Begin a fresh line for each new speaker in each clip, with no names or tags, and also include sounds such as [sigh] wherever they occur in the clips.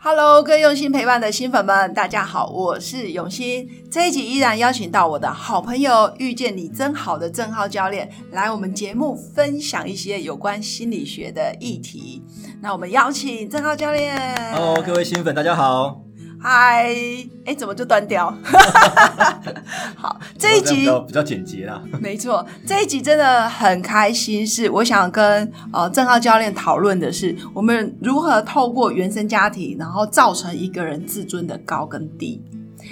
Hello，各位用心陪伴的新粉们，大家好，我是永新。这一集依然邀请到我的好朋友遇见你真好的郑浩教练来我们节目分享一些有关心理学的议题。那我们邀请郑浩教练。
Hello，各位新粉，大家好。
嗨，哎，怎么就断掉？ [laughs] 好，这一
比
集
较比较简洁啦。 [laughs]
没错，这一集真的很开心。是我想跟呃郑浩教练讨论的是，我们如何透过原生家庭，然后造成一个人自尊的高跟低。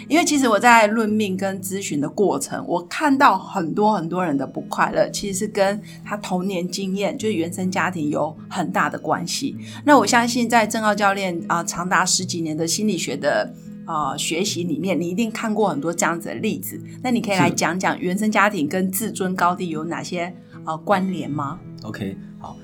因为其实我在论命跟咨询的过程，我看到很多很多人的不快乐，其实是跟他童年经验，就是原生家庭有很大的关系。那我相信，在郑浩教练啊、呃长达十几年的心理学的呃学习里面，你一定看过很多这样子的例子。那你可以来
是
讲讲原生家庭跟自尊高低有哪些呃关联吗？
OK，好。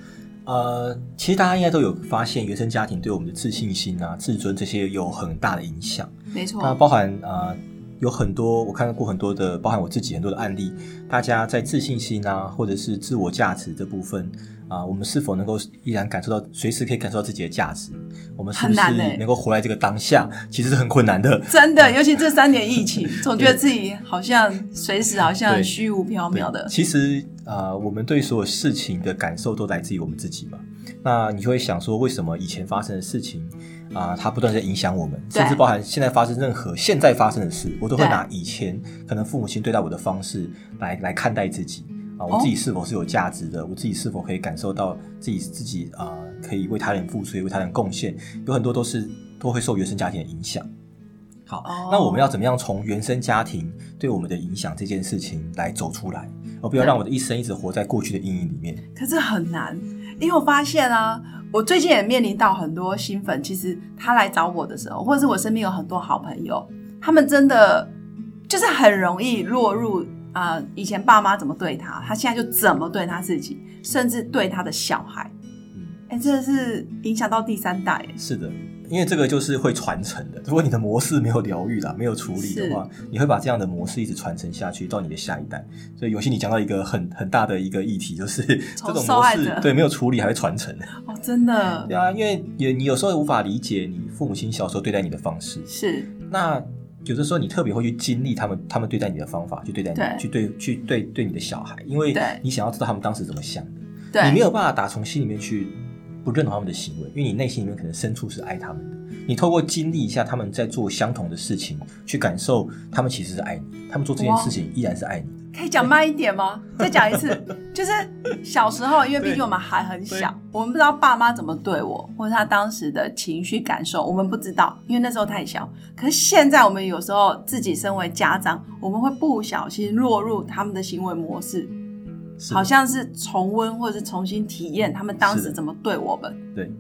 呃，其实大家应该都有发现，原生家庭对我们的自信心啊、自尊这些有很大的影响。
没错，
那包含呃，有很多我看过很多的，包含我自己很多的案例，大家在自信心啊，或者是自我价值这部分啊、我们是否能够依然感受到，随时可以感受到自己的价值？我们是不
很难
是
欸
能够活在这个当下？其实是很困难的。
[laughs] 真的，尤其这三年疫情，总觉得自己好像随时好像
对
虚无缥缈
对
的。
其实呃，我们对所有事情的感受都来自于我们自己嘛。那你就会想说，为什么以前发生的事情啊、它不断地在影响我们，
对
甚至包含现在发生任何现在发生的事，我都会
对
拿以前可能父母亲对待我的方式来来看待自己啊、
哦
我自己是否是有价值的，我自己是否可以感受到自己自己啊、可以为他人付出，也为他人贡献，有很多都是都会受原生家庭的影响。好
哦，
那我们要怎么样从原生家庭对我们的影响这件事情来走出来，而不要让我的一生一直活在过去的阴影里面？
可是很难，因为我发现啊，我最近也面临到很多新粉，其实他来找我的时候，或者是我身边有很多好朋友，他们真的就是很容易落入啊、呃以前爸妈怎么对他，他现在就怎么对他自己，甚至对他的小孩，
嗯，
哎、真的是影响到第三代。哎
是的，因为这个就是会传承的。如果你的模式没有疗愈啦，没有处理的话，你会把这样的模式一直传承下去到你的下一代。所以，尤其你讲到一个很很大的一个议题，就是
从
这种
受
模
害
式
者
对没有处理还会
[laughs]
传承。
哦，真的
对啊，因为也你有时候无法理解你父母亲小时候对待你的方式，
是
那有的时候你特别会去经历他们他们对待你的方法，去对待你，
对
去对去对对你的小孩，因为
对
你想要知道他们当时怎么想的，
对，
你没有办法打从心里面去不认同他们的行为，因为你内心里面可能深处是爱他们的。你透过经历一下他们在做相同的事情，去感受他们其实是爱你，他们做这件
哇
事情依然是爱你的。
可以讲慢一点
[laughs]
吗？再讲一次，就是小时候，因为毕竟
对
我们还很小
对，
我们不知道爸妈怎么对我，或者他当时的情绪感受，我们不知道，因为那时候太小。可是现在，我们有时候自己身为家长，我们会不小心落入他们的行为模式，
是的
好像是重温或者是重新体验他们当时怎么对我们。
对，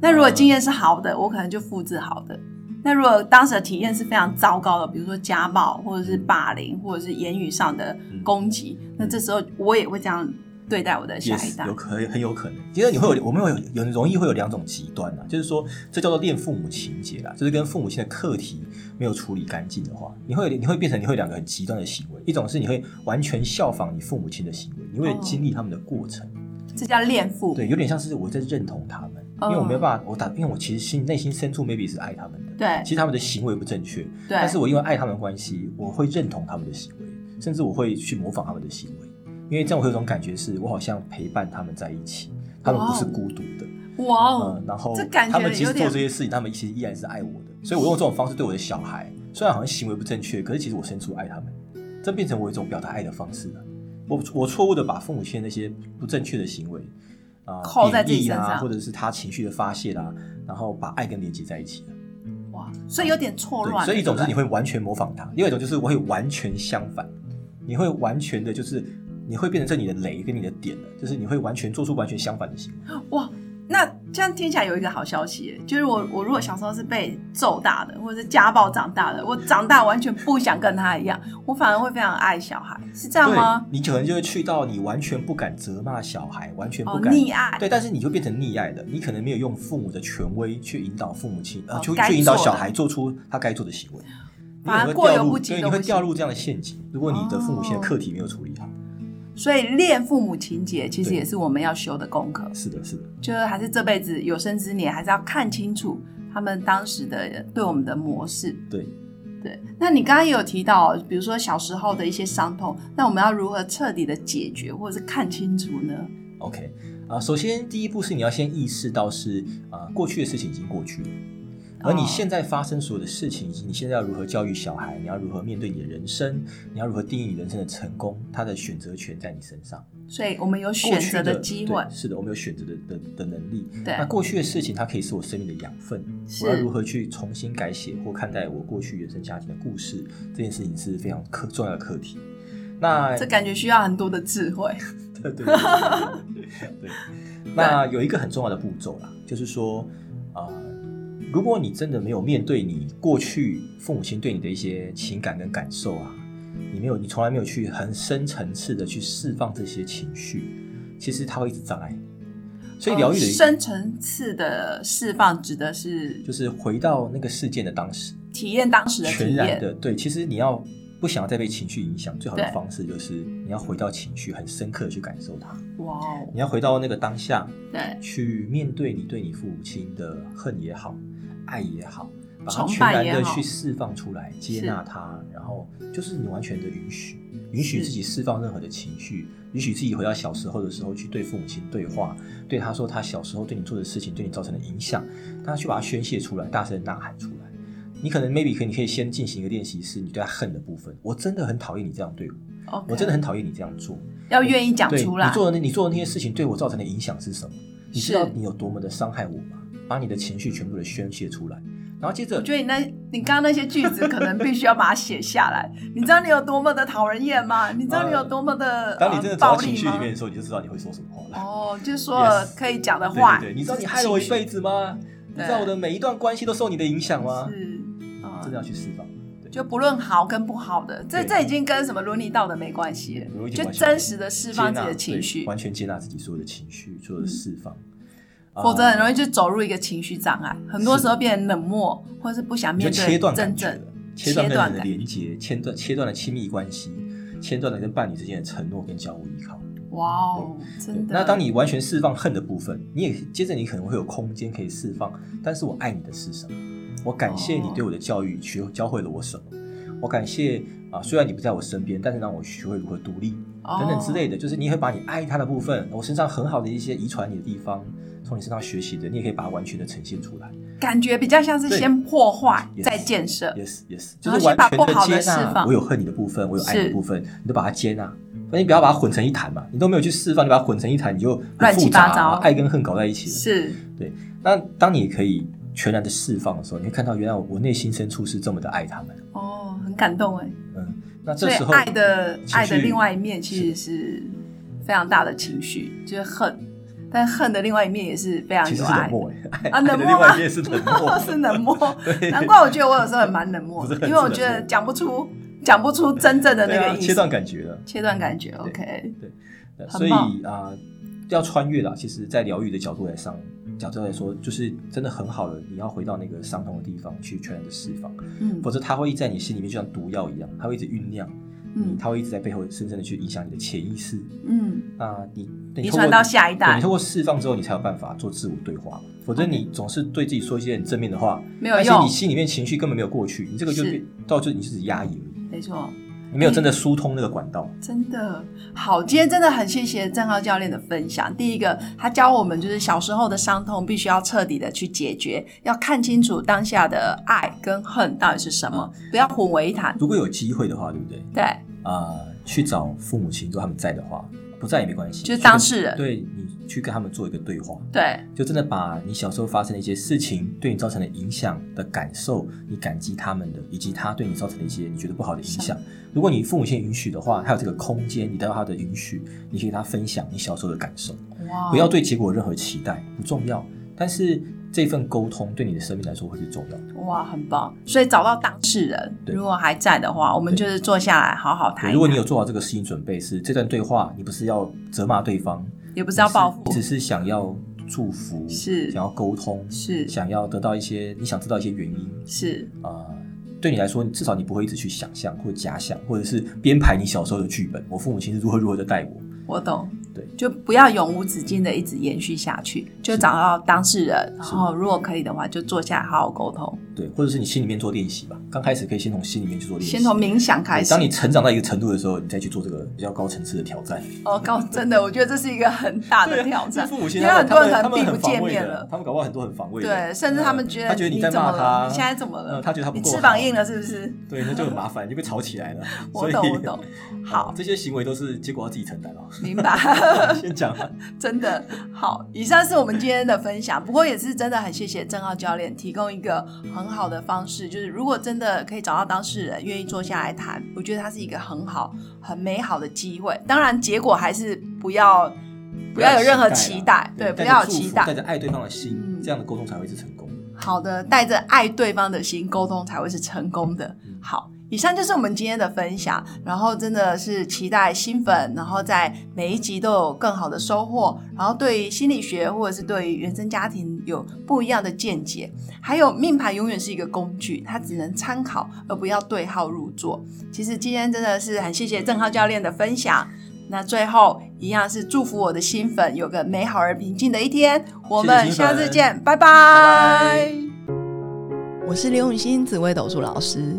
那如果经验是好的，我可能就复制好的。那如果当时的体验是非常糟糕的，比如说家暴，或者是霸凌，或者是言语上的攻击，那这时候我也会这样对待我的下
也
一
是
代。
嗯有可很有可能，其实你会有我们会有有容易会有两种极端啊，就是说这叫做恋父母情节啦，就是跟父母亲的课题没有处理干净的话，你会有你会变成你会有两个很极端的行为，一种是你会完全效仿你父母亲的行为，你会
哦
经历他们的过程，
这叫恋父。
对，有点像是我在认同他们，
嗯
因为我没有办法，我打因为我其实心内心深处 maybe 是爱他们的，
对
其实他们的行为不正确，
对
但是我因为爱他们的关系，我会认同他们的行为，甚至我会去模仿他们的行为，因为这样我会有一种感觉是，我好像陪伴他们在一起，他们不是孤独的。
哇哦
嗯，，然后
这感觉
他们其
有
实做
点
这些事情，他们其实依然是爱我的，所以我用这种方式对我的小孩，虽然好像行为不正确，可是其实我深处爱他们，这变成我一种表达爱的方式了。我我错误的把父母亲的那些不正确的行为啊
扣在自己
贬义
身
啊，
上
或者是他情绪的发泄啦、然后把爱跟连接在一起了。
哇，所以有点错乱。
嗯对，所以一种是你
会
会完全模仿他，另外一种就是我会完全相反，你会完全的就是你会变成这你的雷跟你的点了，就是你会完全做出完全相反的行为。
哇，那这样听起来有一个好消息耶，就是我我如果小时候是被揍大的，或者是家暴长大的，我长大完全不想跟他一样，我反而会非常爱小孩，是这样吗？
对，你可能就会去到你完全不敢责骂小孩，完全不
哦，
敢、
溺爱，
对，但是你就变成溺爱了，你可能没有用父母的权威去引导父母亲，呃，
哦
去
该
去引导
做
小
的
孩做出他该做的行为，你
反
可
而
能
过
会
犹
掉
不
入，
及
对，
都
你
不
会掉
行
入这样的陷阱。如果你的父母
哦
亲的课题没有处理好，
所以恋父母情节其实
对
也是我们要修的功课，
是的，是的，
就是还是这辈子有生之年还是要看清楚他们当时的对我们的模式。
对。
对，那你刚刚也有提到，比如说小时候的一些伤痛，那我们要如何彻底的解决，或者是看清楚呢？
OK，啊、首先第一步是你要先意识到是啊、过去的事情已经过去了，而你
哦
现在发生所有的事情，以及你现在要如何教育小孩，你要如何面对你的人生，你要如何定义你人生的成功，他的选择权在你身上，
所以我们有
过
选
去
择
的
机会
对，是的，我们有选择的的的能力。
对
那，过去的事情，它可以是我生命的养分。我要
是
如何去重新改写或看待我过去原生家庭的故事，这件事情是非常课重要的课题。那
这感觉需要很多的智慧。
[laughs] 对对对对对
[laughs]
对。那有一个很重要的步骤啦，就是说，啊、如果你真的没有面对你过去父母亲对你的一些情感跟感受啊，你没有，你从来没有去很深层次的去释放这些情绪，其实它会一直障碍你。所以疗愈
呃
的一个
深层次的释放，指的是
就是回到那个事件的当时，
体验当时的体
全然
验，
的对。其实你要不想要再被情绪影响，最好的
对
方式就是你要回到情绪，很深刻的去感受它。
哇哦，
你要回到那个当下，
对，
去面对你对你父母亲的恨也好，爱也好，把它
崇
全
拜
然
也
的
好
去释放出来，接纳它，然后就是你完全的允许，允许
是
自己释放任何的情绪，允许自己回到小时候的时候去对父母亲对话，对他说他小时候对你做的事情对你造成的影响，他去把它宣泄出来，大声呐喊出来。你可能 maybe 可以你可以先进行一个练习，是你对他恨的部分。我真的很讨厌你这样对我，
OK
我真的很讨厌你这样做。
要愿意讲
对
出来
你，做的那你做的那些事情对我造成的影响是什么？你
是
知道你有多么的伤害我吗？把你的情绪全部的宣泄出来，然后接着
我觉得你那，你刚刚那些句子可能必须要把它写下来。你知道你有多么的讨人厌吗？你知道你有多么的、
当你真的
呃
走到
暴
情
力
绪
吗？
里面的时候，你就知道你会说什么 [laughs] 话了。
哦，就是所有可以讲的话，
[laughs] 对对对，你知道你害了我一辈子吗？你知道我的每一段关系都受你的影响吗？
是，
真的
嗯，
要去释放。对
就不论好跟不好的，这
对
这已经跟什么伦理道德没关系
没有
了，
一
就
点关系
真实的释放自己
接纳
的情
对
绪，
完全接纳自己所有的情绪，所有的释放，啊
嗯否则很容易就走入一个情绪障碍，很多时候变得冷漠，或是不想
啊你就
面
切
对
断
真
感觉
正
了，切断跟
切断
人的
感
连接，切断切断了亲密关系，切断了跟伴侣之间的承诺跟交互依靠。
哇哦，
对
真的。
那当你完全释放恨的部分，你也接着你可能会有空间可以释放。
嗯
但是我爱你的是什
哦
么？我感谢你对我的教育学教会了我什么？我感谢啊，虽然你不在我身边，但是让我学会如何独立
哦
等等之类
的，
的。就是你会把你爱他的部分，我身上很好的一些遗传你的地方，从你身上学习的，你也可以把它完全的呈现出来。
感觉比较像是
对
先破坏
Yes
再建设。
Yes, yes，
然
就
后先
是完
把
全
不好的
接
释放
纳。我有恨你的部分，我有爱你
是
的部分，你都把它接纳。那你不要把它混成一谈嘛，你都没有去释放，你把它混成一谈，你就很
乱七
复杂
八糟
爱跟恨搞在一起了。
是，
那当你可以全然的释放的时候，你会看到原来我内心深处是这么的爱他们。
哦，很感动哎。
嗯，那这
所以
时候
爱的
情绪
爱的另外一面其实是非常大的情绪，就是恨，但恨的另外一面也是非常
其实
有
是冷
爱，
漠哎，
啊
爱爱的
冷漠
另外
吗
一面是冷
是
漠。
冷漠。
[laughs]
[laughs]
对
难怪我觉得我有时候很蛮冷漠
不是
的，
很
因为我
是冷
觉得
漠
讲不出讲不出真正的
对
那
啊
个意思，
切断感觉了，
切断感觉。OK，
呃
很
所以
棒
啊、要穿越啦。其实，在疗愈的角度来上，角度来说，就是真的很好的，你要回到那个伤痛的地方去全然的释放，
嗯
否则它会在你心里面就像毒药一样，它会一直酝酿，
嗯
它会一直在背后深深的去影响你的潜意识。
嗯，
那呃你你
遗
透
传
过
到下一
对
代
你通过释放之后，你才有办法做自我对话嘛，否则你总是对自己说一些很正面的话，
没有
而且
用
你，心里面情绪根本没有过去，你这个就是变到最后你就是压抑而已，
没错。
你没有真的疏通那个管道。
真的好，今天真的很谢谢郑浩教练的分享。第一个，他教我们就是小时候的伤痛必须要彻底的去解决，要看清楚当下的爱跟恨到底是什么，不要混为一谈。
如果有机会的话，对不对？
对，
啊、去找父母亲，如果他们在的话，不在也没关系，
就是当事人
去跟对你去跟他们做一个对话，
对，
就真的把你小时候发生的一些事情对你造成的影响的感受，你感激他们的，以及他对你造成的一些你觉得不好的影响。如果你父母亲允许的话，他有这个空间，你得到他的允许，你可以跟他分享你小时候的感受。
哇
不要对结果有任何期待，不重要。但是这份沟通对你的生命来说会是重要的。
哇，很棒！所以找到当事人，
对
如果还在的话，我们就是坐下来好好谈一谈。
对如果你有做好这个事情准备，是这段对话，你不是要责骂对方，
也不
不
是要报复，
只是想要祝福，
是
想要沟通，
是
想要得到一些你想知道一些原因
是
啊、呃对你来说，至少你不会一直去想象或者假想，或者是编排你小时候的剧本。我父母亲是如何如何的待我，
我懂。
对
就不要永无止境的一直延续下去，就是找到当事人，然
是
后如果可以的话，就坐下来好好沟通，
对，或者是你心里面做练习吧。刚开始可以先从心里面去做练习，
先从冥想开
对
始。
当你成长到一个程度的时候，你再去做这个比较高层次的挑战。
哦，高真的，我觉得这是一个很大的挑
啊这
战。
父母亲
因为
他
很
们
多人
他们
可能避不
他们很防
见
卫
面
的
了
他们搞不好很多很防卫的。
对，甚至他们觉得
他觉得
你
在
怎么
骂
了？
他，
你现在怎么了？
嗯他觉得他不
你
够
翅膀
好
硬了是不是？。
对，那就很麻烦，就被吵起来了
[laughs] 我懂，我
[laughs]
懂。好，
这些行为都是结果要自己承担哦。 [laughs]
明白。 [laughs]
先讲完，
真的好，以上是我们今天的分享。不过也是真的很谢谢郑浩教练提供一个很好的方式，就是如果真的可以找到当事人愿意坐下来谈，我觉得它是一个很好、很美好的机会。当然，结果还是不要不要有任何期待，对，不
带着
要有
祝
期
福
待
带。着爱对方的
嗯
心，这样的沟通才会是成功的。
好的，带着爱对方的心沟通才会是成功的。
嗯
好，以上就是我们今天的分享，然后真的是期待新粉，然后在每一集都有更好的收获，然后对于心理学或者是对于原生家庭有不一样的见解，还有命盘永远是一个工具，它只能参考，而不要对号入座。其实今天真的是很谢谢郑浩教练的分享。那最后一样是祝福我的新粉有个美好而平静的一天，我们
谢谢新
下
粉
次见，拜拜
拜
我是刘永新，紫微斗数老师。